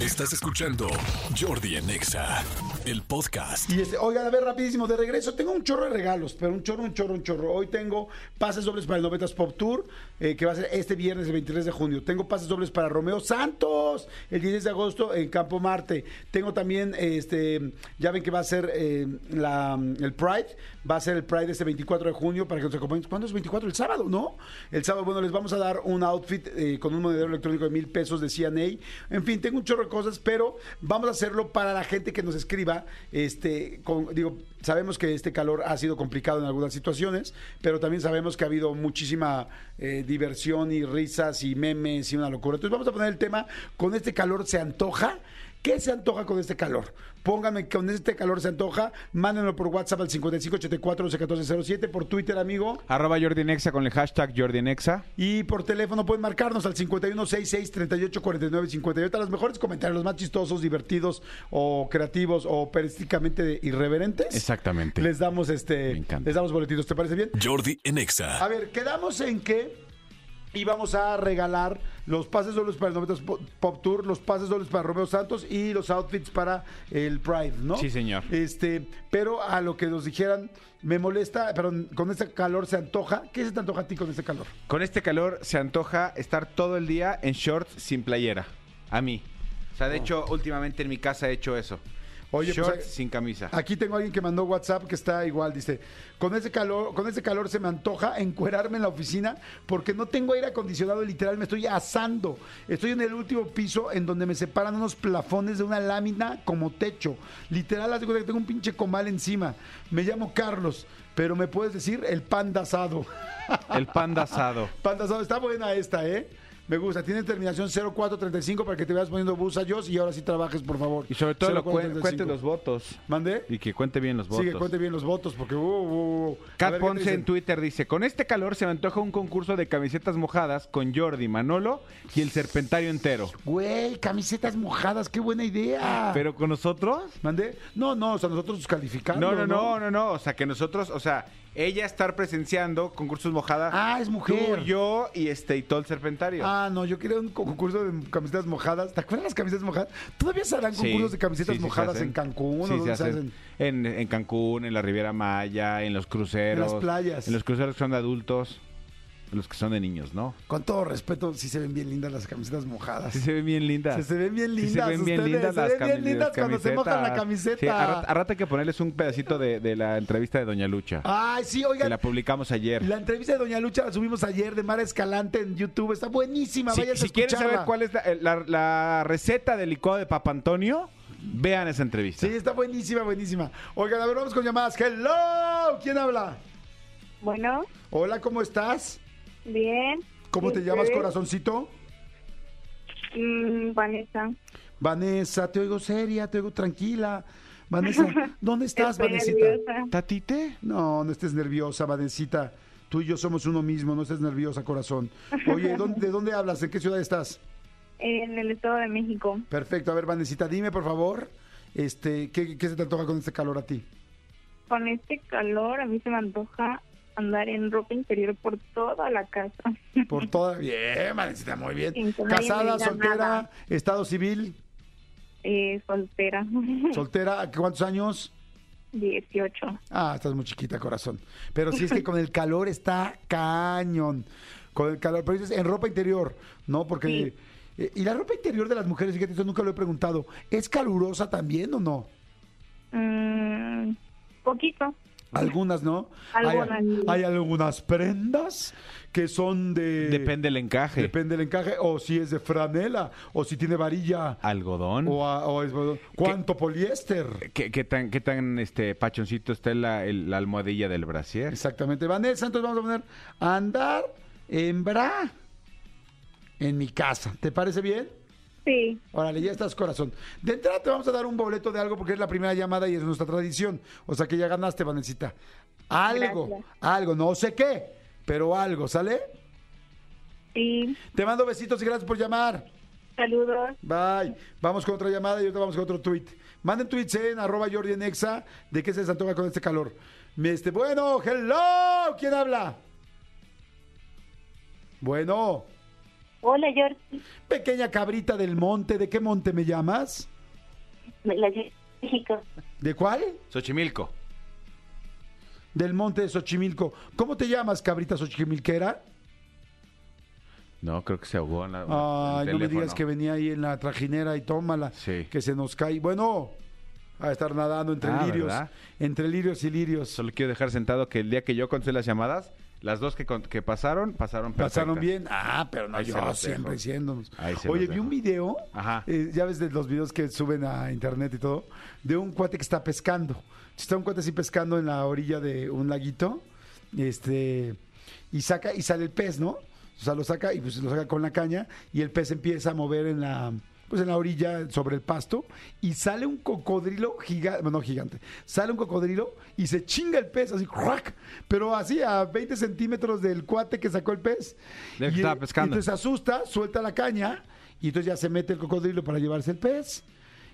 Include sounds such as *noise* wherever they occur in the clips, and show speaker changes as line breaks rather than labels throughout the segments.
Estás escuchando Jordi en Exa, el podcast.
Y este, oigan, a ver, rapidísimo, de regreso, tengo un chorro de regalos, pero un chorro, un chorro, un chorro. Hoy tengo pases dobles para el Novetas Pop Tour, eh, que va a ser este viernes, el 23 de junio. Tengo pases dobles para Romeo Santos, el 10 de agosto en Campo Marte. Tengo también, eh, este, ya ven que va a ser eh, la, el Pride, va a ser el Pride este 24 de junio para que nos acompañen. ¿Cuándo es 24? El sábado, ¿no? El sábado, bueno, les vamos a dar un outfit eh, con un monedero electrónico de mil pesos de CNA. En fin, tengo un chorro de cosas, pero vamos a hacerlo para la gente que nos escriba este, con- digo, sabemos que este calor ha sido complicado en algunas situaciones, pero también sabemos que ha habido muchísima eh, diversión y risas y memes y una locura. Entonces vamos a poner el tema, ¿con este calor se antoja? ¿Qué se antoja con este calor? Pónganme con este calor se antoja, mándenlo por WhatsApp al 5584 111407, por Twitter, amigo.
Arroba Jordi Nexa con el hashtag Jordi Nexa.
Y por teléfono pueden marcarnos al 5166-3849-58. Los mejores comentarios, los más chistosos, divertidos o creativos o periodísticamente irreverentes.
Exactamente.
Les damos este,
Me encanta.
les damos boletitos. ¿Te parece bien?
Jordi en Exa.
A ver, quedamos en que íbamos a regalar los pases dobles para el 90 Pop- Pop Tour, los pases dobles para Romeo Santos y los outfits para el Pride, ¿no?
Sí, señor.
Este, pero a lo que nos dijeran, me molesta, perdón, con este calor se antoja. ¿Qué se te antoja a ti con este calor?
Con este calor se antoja estar todo el día en shorts sin playera. A mí. O sea, de hecho, últimamente en mi casa he hecho eso.
Oye, pues,
shorts
hay-
sin camisa.
Aquí tengo a alguien que mandó WhatsApp que está igual, dice, con ese calor, con ese calor se me antoja encuerarme en la oficina porque no tengo aire acondicionado, literal me estoy asando. Estoy en el último piso en donde me separan unos plafones de una lámina como techo. Literal, haz de cuenta que tengo un pinche comal encima. Me llamo Carlos, pero me puedes decir el panda asado. *laughs*
*laughs* El panda asado.
Panda asado, está buena esta, ¿eh? Me gusta, tiene terminación 0435 para que te vayas poniendo busayos y ahora sí trabajes, por favor.
Y sobre todo, lo cuen-
0435.
cuente los votos.
¿Mandé?
Y que cuente bien los votos.
Sí, que cuente bien los votos, porque... Uh, uh, uh. A
Cat
ver, ¿qué
Ponce
dicen?
en Twitter dice: Con este calor se me antoja un concurso de camisetas mojadas con Jordi, Manolo y el serpentario entero.
Güey, camisetas mojadas, qué buena idea.
Pero con nosotros.
¿Mandé? No, no, o sea, nosotros calificando.
No, no, no, no, no. O sea, que nosotros, o sea, ella estar presenciando concursos mojadas.
Ah, es mujer.
Tú, yo y este y todo el serpentario.
Ah, no, yo quería un concurso de camisetas mojadas. ¿Te acuerdas las camisetas mojadas? Todavía se harán
Sí,
concursos de camisetas
sí, sí se
mojadas
hacen.
en Cancún
Sí,
o donde
se hacen. En, en Cancún, en la Riviera Maya, en los cruceros.
En las playas.
En los cruceros que son de adultos, en los que son de niños, ¿no?
Con todo respeto, sí se ven bien lindas las camisetas mojadas.
Sí se ven bien lindas.
Sí se ven bien
Sí
lindas
se ven bien
ustedes,
lindas
se
las
ven bien
cami-
lindas
las
cuando se
camisetas.
mojan la camiseta.
Sí, a, rat- a rato hay que ponerles un pedacito de, de la entrevista de Doña Lucha.
Ay, sí,
que
oigan,
la publicamos ayer.
Ah, La entrevista de Doña Lucha la subimos ayer de Mara Escalante en YouTube. Está buenísima.
si
vayan
si
a
quieren
escucharla.
saber cuál es la, la- la receta del licuado de Papa Antonio, vean esa entrevista.
Sí, está buenísima, buenísima. Oigan, a ver, vamos con llamadas. ¡Hello! ¿Quién habla?
Bueno,
Hola, ¿cómo estás?
bien.
¿Cómo te
¿Y
llamas,
usted?
corazoncito?
Mm, Vanessa.
Vanessa, te oigo seria, te oigo tranquila.
*laughs*
Vanessa, ¿dónde estás,
Estoy
Vanesita?
nerviosa.
¿Tatite?
No, no estés nerviosa, Vanesita. Tú y yo somos uno mismo, no estés nerviosa, corazón.
*laughs*
Oye, ¿dónde- ¿de dónde hablas? ¿En qué ciudad estás?
En el Estado de México.
Perfecto. A ver, Vanesita, dime, por favor, este, ¿qué, qué se te antoja con este calor a ti?
Con este calor a mí se me antoja andar en ropa interior por toda la casa. *laughs*
Por toda. Bien, Vanesita, muy bien.
Sin que nadie me
Casada,
diga
soltera,
nada.
estado civil,
Eh, soltera. *laughs*
soltera, ¿cuántos años?
18.
Ah, estás muy chiquita, corazón. Pero sí
*laughs*
es que con el calor está cañón. Con el calor, pero dices en ropa interior, ¿no? Porque. eh, Y la ropa interior de las mujeres, fíjate, eso nunca lo he preguntado. ¿Es calurosa también o no?
Mm, poquito.
Algunas, ¿no? Hay-
Algunas.
Hay, algunas prendas que son de.
Depende el encaje.
Depende del encaje, o si es de franela, o si tiene varilla,
Algodón.
o, a- o es- cuánto poliéster.
¿Qué, qué tan, qué tan este pachoncito está la, el- la almohadilla del brasier?
Exactamente. Vanessa, entonces vamos a poner andar en bra en mi casa. ¿Te parece bien?
Sí.
Órale, ya estás corazón. De entrada te vamos a dar un boleto de algo porque es la primera llamada y es nuestra tradición. O sea que ya ganaste, Vanesita. Algo,
Gracias.
algo, no sé qué, pero algo, ¿sale?
Sí.
Te mando besitos y gracias por llamar.
Saludos.
Bye. Vamos con otra llamada y ahorita vamos con otro tweet. Manden tweets eh, en arroba Jordi en Exa de qué se les antoja con este calor. Me Este, bueno, hello. ¿Quién habla? Bueno,
Hola, Jordi.
Pequeña cabrita del monte, ¿de qué monte me llamas?
Me la llevo a México.
¿De cuál?
Xochimilco.
Del monte de Xochimilco. ¿Cómo te llamas, cabrita xochimilquera?
No, creo que se ahogó en la.
Ay,
en
no
el
me digas
teléfono.
que venía ahí en la trajinera y tómala.
Sí.
Que se nos cae. Bueno, a estar nadando entre
Ah,
lirios.
¿verdad?
Entre lirios y lirios.
Solo quiero dejar sentado que el día que yo conté las llamadas, las dos que, con- que pasaron, pasaron perfectas.
Pasaron bien. Ah, pero no,
Ahí se
yo
los
siempre
dejo.
diciéndonos.
Ahí se
Oye,
los
vi un
dejo.
video,
Ajá.
eh, ya ves de los videos que suben a internet y todo, de un cuate que está pescando. Está un cuate así pescando en la orilla de un laguito, este, y saca, y sale el pez, ¿no? O sea, lo saca y pues lo saca con la caña y el pez empieza a mover en la, pues en la orilla sobre el pasto y sale un cocodrilo gigante, bueno, no gigante, sale un cocodrilo y se chinga el pez así, ¡crack! pero así a 20 centímetros del cuate que sacó el pez.
Del que
Y,
estaba
eh,
pescando.
entonces se asusta, suelta la caña y entonces ya se mete el cocodrilo para llevarse el pez.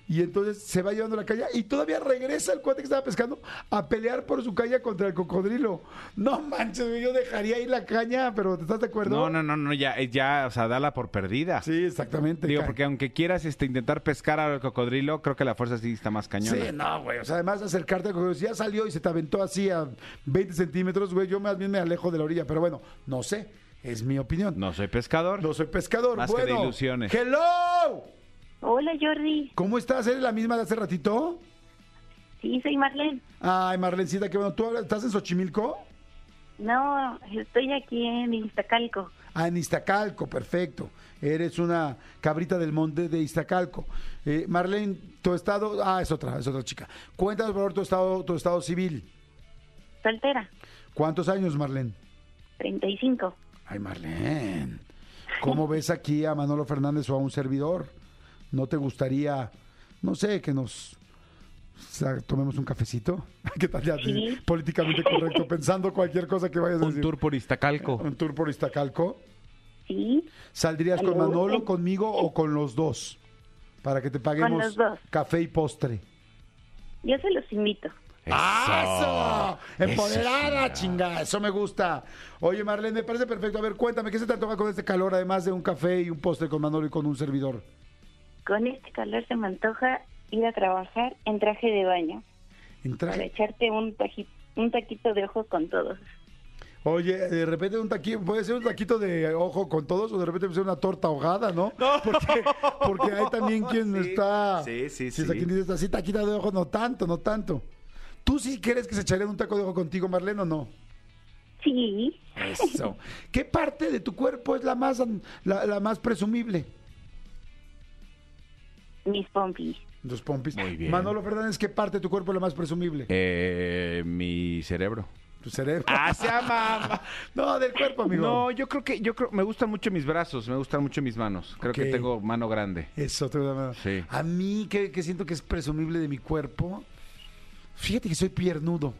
Y entonces se va llevando la caña y todavía regresa el cuate que estaba pescando a pelear por su caña contra el cocodrilo. No manches, güey, yo dejaría ahí la caña, pero ¿te estás de acuerdo?
No, no, no, no, ya, eh, ya, o sea, dala por perdida.
Sí, exactamente.
Digo,
ca-
porque aunque quieras este, intentar pescar al cocodrilo, creo que la fuerza sí está más cañona.
Sí, no, güey. O sea, además de acercarte al cocodrilo, si ya salió y se te aventó así a 20 centímetros, güey, yo más bien me alejo de la orilla. Pero bueno, no sé. Es mi opinión.
No soy pescador.
No soy pescador.
Más que
bueno,
de ilusiones.
¡Hello!
Hola, Jordi.
¿Cómo estás? ¿Eres la misma de hace ratito?
Sí, soy Marlene.
Ay, Marlencita, qué bueno. ¿Tú hablas- estás en Xochimilco?
No, estoy aquí en Iztacalco.
Ah, en Iztacalco, perfecto. Eres una cabrita del monte de Iztacalco. Eh, Marlene, tu estado... Ah, es otra, es otra chica. Cuéntanos, por favor, tu estado, tu estado civil.
Soltera,
¿Cuántos años, Marlene?
35.
Ay, Marlene, ¿cómo ves aquí a Manolo Fernández o a un servidor? ¿No te gustaría, no sé, que nos sa- tomemos un cafecito? *laughs* ¿Qué tal ya?
Sí.
Políticamente correcto, pensando cualquier cosa que vayas a
Un
decir.
tour por Iztacalco.
Un tour por Iztacalco.
Sí,
¿Saldrías con
Hello.
Manolo, conmigo o con los dos? Para que te
Con
paguemos
los dos.
café y postre.
yo se los invito.
¡Ah, eso! ¡Empoderada, chinga! Eso me gusta. Oye, Marlene, me parece perfecto. A ver, cuéntame, ¿qué se te antoja con este calor, además de un café y un postre con Manolo y con un servidor?
Con este calor se me antoja ir a trabajar en traje de baño
Entra-
para echarte un, taji- un taquito de ojo con todos.
Oye, de repente un taquito, puede ser un taquito de ojo con todos, o de repente puede ser una torta ahogada, ¿no? Porque, porque hay
*laughs*
también quien
Sí,
está.
sí, sí,
o sea,
sí.
quien dice así, taquita de ojo, no tanto, no tanto. ¿Tú sí crees que se echarían un taco de ojo contigo, Marlene, o no?
Sí,
Eso. ¿Qué parte de tu cuerpo es la más, la, la más presumible?
mis pompis.
Los pompis.
Muy bien.
Manolo Fernández, ¿qué parte de tu cuerpo es la más presumible?
Eh, mi cerebro.
Tu cerebro.
¡Ah, se ama!
No, del cuerpo, amigo.
No, yo creo que, yo creo, me gustan mucho mis brazos, me gustan mucho mis manos. Creo
Ok.
que tengo mano grande.
Eso te voy a dar.
Sí.
A mí, que, que siento que es presumible de mi cuerpo. Fíjate que soy piernudo.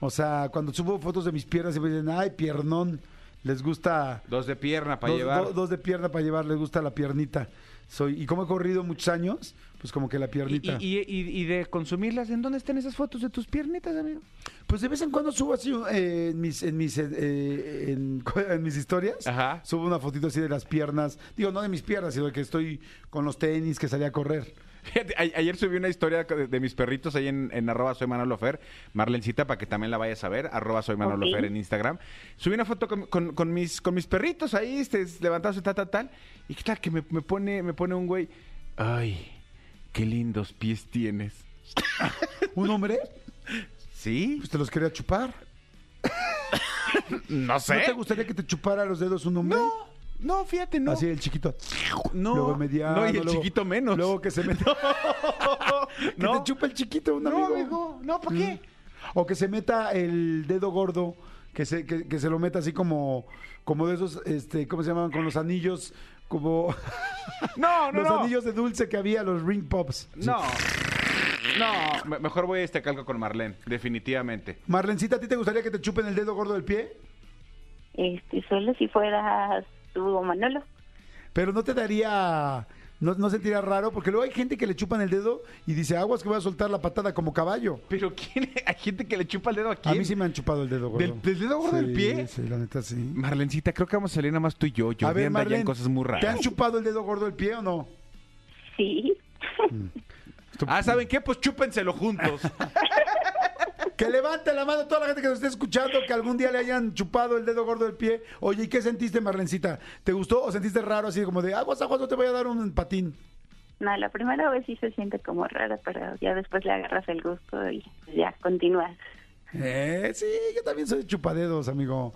O sea, cuando subo fotos de mis piernas siempre dicen, ay, piernón. Les gusta.
Dos de pierna para
dos,
llevar.
do- dos de pierna para llevar, les gusta la piernita. Soy, y como he corrido muchos años, pues como que la
y,
piernita.
y- y- y de consumirlas, ¿en dónde están esas fotos de tus piernitas, amigo?
Pues de vez en cuando subo así eh, en mis en mis eh, eh, en, *laughs* en mis historias.
Ajá.
Subo una fotito así de las piernas. Digo, no de mis piernas, sino de que estoy con los tenis que salí a correr.
Fíjate, a- Ayer subí una historia de, de mis perritos ahí en, en arroba soy Manolo Fer, Marlencita, para que también la vayas a ver, arroba soy Manolo
Ok.
Fer en Instagram. Subí una foto con, con- con mis, con mis perritos ahí, este, levantados y tal, tal, tal. Y qué tal que me, me pone, me pone un güey, ay, qué lindos pies tienes.
¿Un hombre?
¿Sí?
Pues te los quería chupar.
No
¿No te gustaría que te chupara los dedos un hombre?
No, no, fíjate, no.
Así el chiquito.
No,
luego mediano,
no, y el
luego-
chiquito menos.
Luego que se meta. *laughs* que
*laughs* no.
te chupa el chiquito un
No,
amigo. Mm.
amigo, no, ¿para qué?
O que se meta el dedo gordo, que se, que, que se lo meta así como, como de esos, este, ¿cómo se llaman? Con los anillos, como *laughs*
No, no,
los
no.
anillos de dulce que había, los ring pops.
No. No, me- mejor voy a este calco con Marlene, definitivamente.
Marlencita, ¿a ti te gustaría que te chupen el dedo gordo del pie?
Este, solo si fueras tú, Manolo.
Pero no te daría No, no sentirá raro, porque luego hay gente que le chupan el dedo y dice, aguas que voy a soltar la patada como caballo.
Pero ¿quién? *laughs* Hay gente que le chupa el dedo aquí.
A mí sí me han chupado el dedo gordo.
¿Del- del dedo gordo
Sí,
del pie?
Sí, la neta sí.
Marlencita, creo que vamos a salir nada más tú y yo. Yo voy a andar ya en
Marlene,
cosas muy
¿te han
raras.
chupado el dedo gordo del pie o no?
Sí.
Ah, ¿saben qué? Pues chúpenselo juntos.
Que levante la mano toda la gente que nos esté escuchando que algún día le hayan chupado el dedo gordo del pie. Oye, ¿y qué sentiste, Marlencita? ¿Te gustó o sentiste raro así como de aguas, aguas, no te voy a dar un patín?
No, la primera vez sí se siente como rara, pero ya después le agarras el gusto y ya continúas.
Eh, sí, yo también soy de chupadedos, amigo.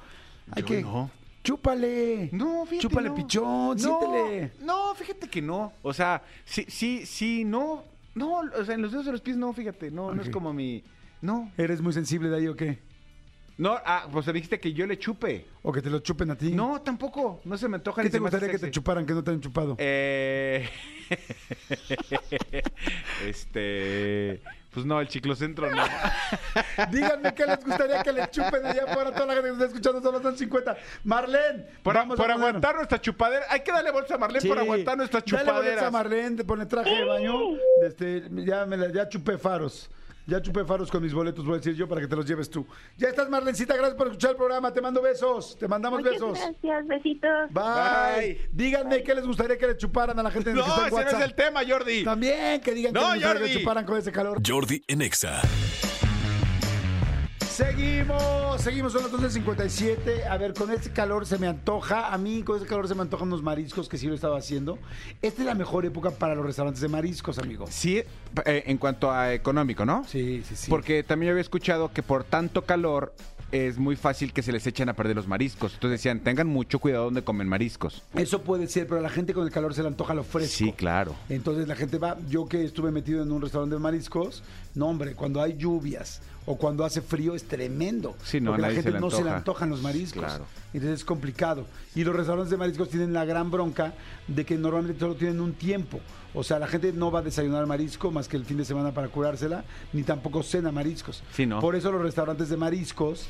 Hay
Yo
que.
no.
Chúpale.
*laughs* No, fíjate.
Chúpale
no.
pichón,
no,
siéntele.
No, fíjate que no. O sea, sí, sí, sí, no. No, o sea, en los dedos de los pies no, fíjate. No, no es
Ok.
como mi. No.
¿Eres muy sensible de ahí o qué?
No, ah, pues dijiste que yo le chupe.
¿O que te lo chupen a ti?
No, tampoco. No se me antoja
¿Qué
ni se
te
me hace
gustaría que te
sexy.
chuparan que no te han chupado?
Eh... *laughs* este. Pues no, el chiclocentro
*laughs*
no.
Díganme qué les gustaría que le chupen allá afuera a toda la gente que nos está escuchando. Solo son 50. Marlene,
Por,
vamos a
por
poner-
aguantar nuestra chupadera. Hay que darle bolsa a Marlene
Sí.
por aguantar nuestras
Dale boletos a
chupaderas.
Marlene, pone traje de baño. Este, ya, me la- ya chupé faros. Ya chupé faros con mis boletos, voy a decir yo, para que te los lleves tú. Ya estás, Marlencita. Gracias por escuchar el programa. Te mando besos. Te mandamos
Muchas
besos.
gracias, besitos.
Bye.
Bye.
Díganme qué les gustaría que le chuparan a la gente
no,
que está en
ese no
WhatsApp.
es el tema, Jordi.
También que digan
No,
qué les gustaría que le
Jordi.
chuparan con ese calor.
Jordi en Exa.
Seguimos, seguimos, son las 12.57. A ver, con este calor se me antoja, a mí con este calor se me antojan unos mariscos que sí lo estaba haciendo. Esta es la mejor época para los restaurantes de mariscos, amigo.
Sí, eh, en cuanto a económico, ¿no?
Sí, sí, sí.
Porque también había escuchado que por tanto calor es muy fácil que se les echen a perder los mariscos. Entonces decían, tengan mucho cuidado donde comen mariscos.
Eso puede ser, pero a la gente con el calor se le antoja lo fresco.
Sí, claro.
Entonces la gente va, yo que estuve metido en un restaurante de mariscos, no hombre, cuando hay lluvias o cuando hace frío es tremendo.
Sí, no, a
porque la
nadie se
gente
le
no se le
antoja.
antojan los mariscos.
Claro.
Entonces es complicado. Y los restaurantes de mariscos tienen la gran bronca de que normalmente solo tienen un tiempo. O sea, la gente no va a desayunar marisco más que el fin de semana para curársela, ni tampoco cena mariscos.
Sí, ¿no?
Por eso los restaurantes de mariscos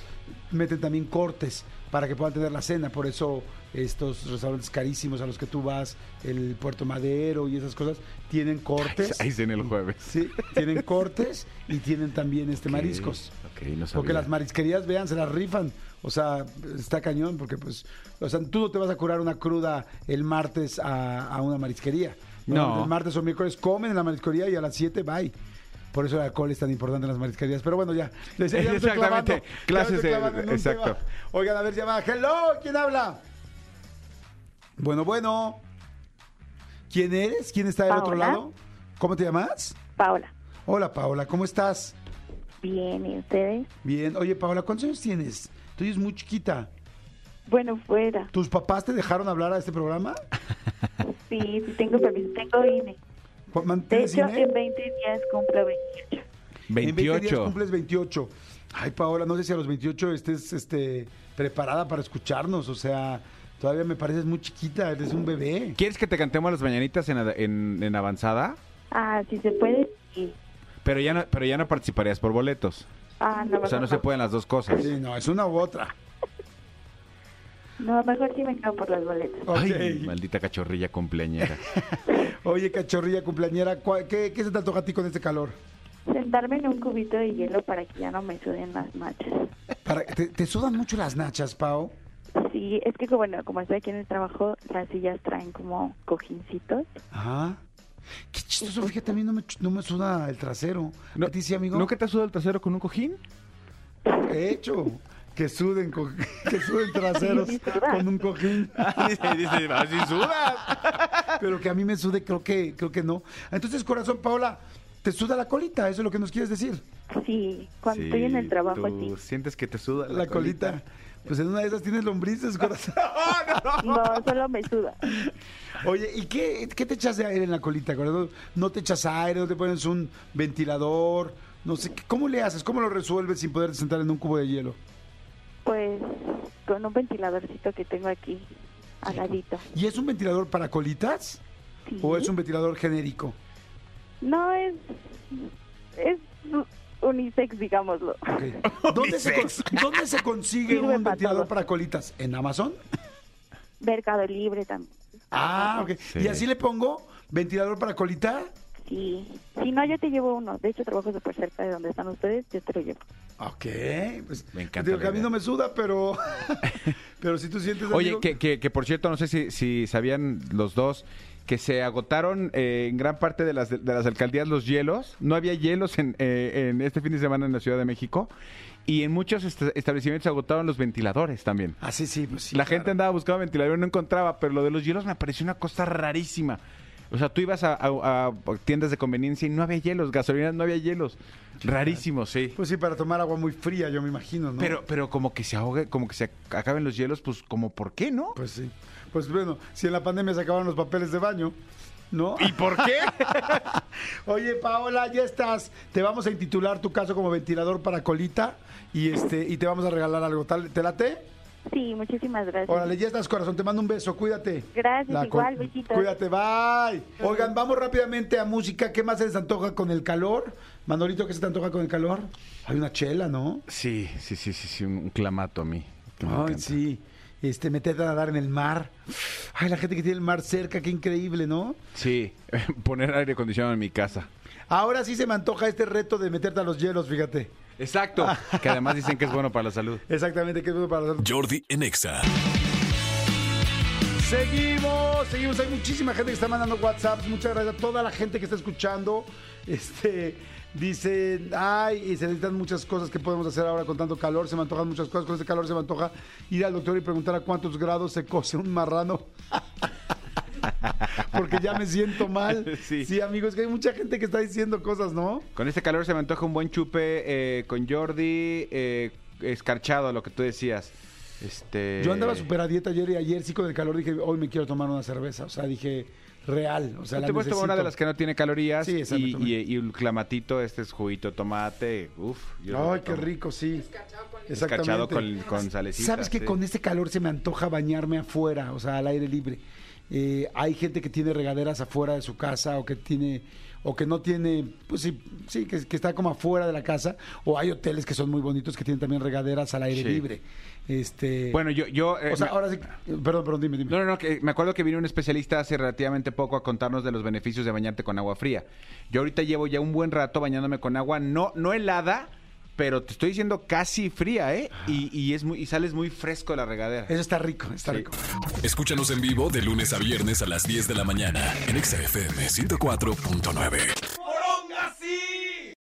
meten también cortes para que puedan tener la cena. Por eso estos restaurantes carísimos a los que tú vas, el Puerto Madero y esas cosas, tienen cortes.
*laughs* Ahí en el jueves.
Sí, tienen cortes y tienen también este mariscos.
Ok, no sabía.
Porque las marisquerías, vean, se las rifan. O sea, está cañón, porque pues, o sea, tú no te vas a curar una cruda el martes a, a una marisquería.
No.
Normalmente El martes o miércoles comen en la marisquería y a las 7 bye. Por eso el alcohol es tan importante en las marisquerías. Pero bueno, ya. Les, ya me estoy
Exactamente.
clavando, ya me
Clases
estoy
de-
clavando en un
exacto.
tema. Oigan, a ver, llamada. Hello, ¿quién habla? Bueno, bueno. ¿Quién eres? ¿Quién está del otro
Paola.
lado? ¿Cómo te llamas?
Paola,
Hola, Paola, ¿cómo estás?
bien, ¿y ustedes?
Bien, oye Paola, ¿cuántos años tienes? Tú eres muy chiquita.
Bueno, fuera.
¿Tus papás te dejaron hablar a este programa?
Sí, sí tengo permiso, tengo E. INE.
Juan- man-
De
¿Tienes
hecho,
INE?
en 20 días cumplo 28.
En 20 días
28.
cumples 28. Ay, Paola, no sé si a los 28 estés este, preparada para escucharnos. O sea, todavía me pareces muy chiquita, eres un bebé.
¿Quieres que te cantemos las mañanitas en, ad- en- en avanzada?
Ah, si se puede, sí.
Pero ya no, pero ya no participarías por boletos.
Ah, no,
O sea, no se pueden las dos cosas.
Sí, no, es una u otra.
No, mejor sí me quedo por las boletas.
Ok.
Ay, maldita cachorrilla
*laughs*
cumpleañera.
Oye, cachorrilla cumpleañera, ¿cuál- ¿qué, qué se te antoja a ti con este calor?
Sentarme en un cubito de hielo para que ya no me suden las manchas.
Para- te, te sudan mucho las nachas, Pao?
Sí, es que como- bueno, como estoy aquí en el trabajo, las sillas traen como cojincitos.
Ajá. Qué chistoso, fíjate, a mí no me, no me suda el trasero.
No-
¿A ti sí, amigo?
¿No que te has sudado el trasero con
*laughs*
un cojín? *laughs*
He hecho. Que suden, co- *laughs* que suden traseros
Sí, sí, suda.
con un cojín.
dice, dice, así sudas.
Pero que a mí me sude, creo que, creo que no. Entonces, corazón, Paola, te suda la colita, eso es lo que nos quieres decir.
Sí, cuando estoy en el trabajo,
tú
sí.
sientes que te suda
La, colita. Pues en una de esas tienes lombrices, *laughs* corazón.
No, solo me suda.
Oye, ¿y qué, qué te echas de aire en la colita, corazón? ¿No te echas aire? ¿No te pones un ventilador? No sé, ¿qué- ¿cómo le haces? ¿Cómo lo resuelves sin poder sentar en un cubo de hielo?
Pues con un ventiladorcito que tengo aquí, al ladito.
¿Y es un ventilador para colitas?
Sí.
¿O es un ventilador genérico?
No, es... Es unisex, digámoslo.
*laughs*
Ok. ¿Dónde, se,
Unisex.
cons- dónde se consigue
Sirve
un
para
ventilador
todo.
para colitas? ¿En Amazon?
Mercado Libre también.
Ah, ok.
Sí.
Y así le pongo ¿Ventilador para colita?
Sí. Si no, yo te llevo uno. De hecho, trabajo súper cerca de donde están ustedes. Yo te lo llevo.
Ok. Pues,
Me encanta
digo
la
que a mí
idea.
no me suda, pero, *laughs* pero si tú sientes...
Oye,
amigo,
que, que- que por cierto, no sé si, si sabían los dos que se agotaron eh, en gran parte de las, de las alcaldías los hielos. No había hielos en, eh, en este fin de semana en la Ciudad de México. Y en muchos est- establecimientos se agotaron los ventiladores también.
Ah, sí, sí, pues sí.
la
claro.
gente andaba buscando ventilador y no encontraba, pero lo de los hielos me pareció una cosa rarísima. O sea, tú ibas a, a- a tiendas de conveniencia y no había hielos, gasolineras no había hielos. Rarísimo, sí.
Pues sí, para tomar agua muy fría, yo me imagino, ¿no?
Pero, pero como que se ahogue, como que se acaben los hielos, pues como por qué, ¿no?
Pues sí. Pues bueno, si en la pandemia se acabaron los papeles de baño, ¿no?
¿Y por qué?
*laughs* Oye, Paola, ya estás. Te vamos a intitular tu caso como ventilador para colita y este y te vamos a regalar algo. ¿Tal- ¿Te late?
Sí, muchísimas gracias.
Órale, ya estás, corazón. Te mando un beso. Cuídate.
Gracias,
col-
igual, besitos.
Cuídate, bye. Oigan, vamos rápidamente a música. ¿Qué más se les antoja con el calor? Manolito, ¿qué se te antoja con el calor? Hay una chela, ¿no?
Sí, sí, sí, sí, sí, un, un clamato a mí. que me
Ay,
encanta.
sí. Este, meterte a nadar en el mar. Ay, la gente que tiene el mar cerca, qué increíble, ¿no?
Sí, *laughs* poner aire acondicionado en mi casa.
Ahora sí se me antoja este reto de meterte a los hielos, fíjate.
Exacto. *laughs* que además dicen que es bueno para la salud.
Exactamente, qué es bueno para los
Jordi en Exa.
Seguimos, seguimos. Hay muchísima gente que está mandando WhatsApps. Muchas gracias a toda la gente que está escuchando. Este dice, ay, y se necesitan muchas cosas que podemos hacer ahora con tanto calor. Se me antojan muchas cosas. Con este calor se me antoja ir al doctor y preguntar a cuántos grados se cose un marrano. *laughs* Porque ya me siento mal.
*laughs* Sí.
amigos, que hay mucha gente que está diciendo cosas, ¿no?
Con este calor se me antoja un buen chupe eh, con Jordi, eh, escarchado, lo que tú decías. Este...
Yo andaba súper a dieta ayer y ayer sí con el calor dije, hoy me quiero tomar una cerveza. O sea, dije, real. O sea,
Tú
la
te puedes tomar una de
necesito.
las que no tiene calorías
Sí, esa me
y,
tomé.
y- y un clamatito, este es juguito de tomate, uf. yo lo
Ay, qué
tomo.
rico, sí.
Escarchado con, con salecita,
Sabes que
sí.
con este calor se me antoja bañarme afuera, o sea, al aire libre. Eh, hay gente que tiene regaderas afuera de su casa o que tiene o que no tiene, pues sí, sí que, que está como afuera de la casa. O hay hoteles que son muy bonitos que tienen también regaderas al aire
Sí.
libre. Este,
Bueno, yo... yo eh,
o sea,
me-
ahora sí, perdón, perdón, dime, dime.
No, no, no, que me acuerdo que vino un especialista hace relativamente poco a contarnos de los beneficios de bañarte con agua fría. Yo ahorita llevo ya un buen rato bañándome con agua, no, no helada, pero te estoy diciendo casi fría, ¿eh? Y, y es muy, y sales muy fresco de la regadera.
Eso está rico, está
Sí.
rico.
Escúchanos en vivo de lunes a viernes a las 10 de la mañana en Exa FM 104.9.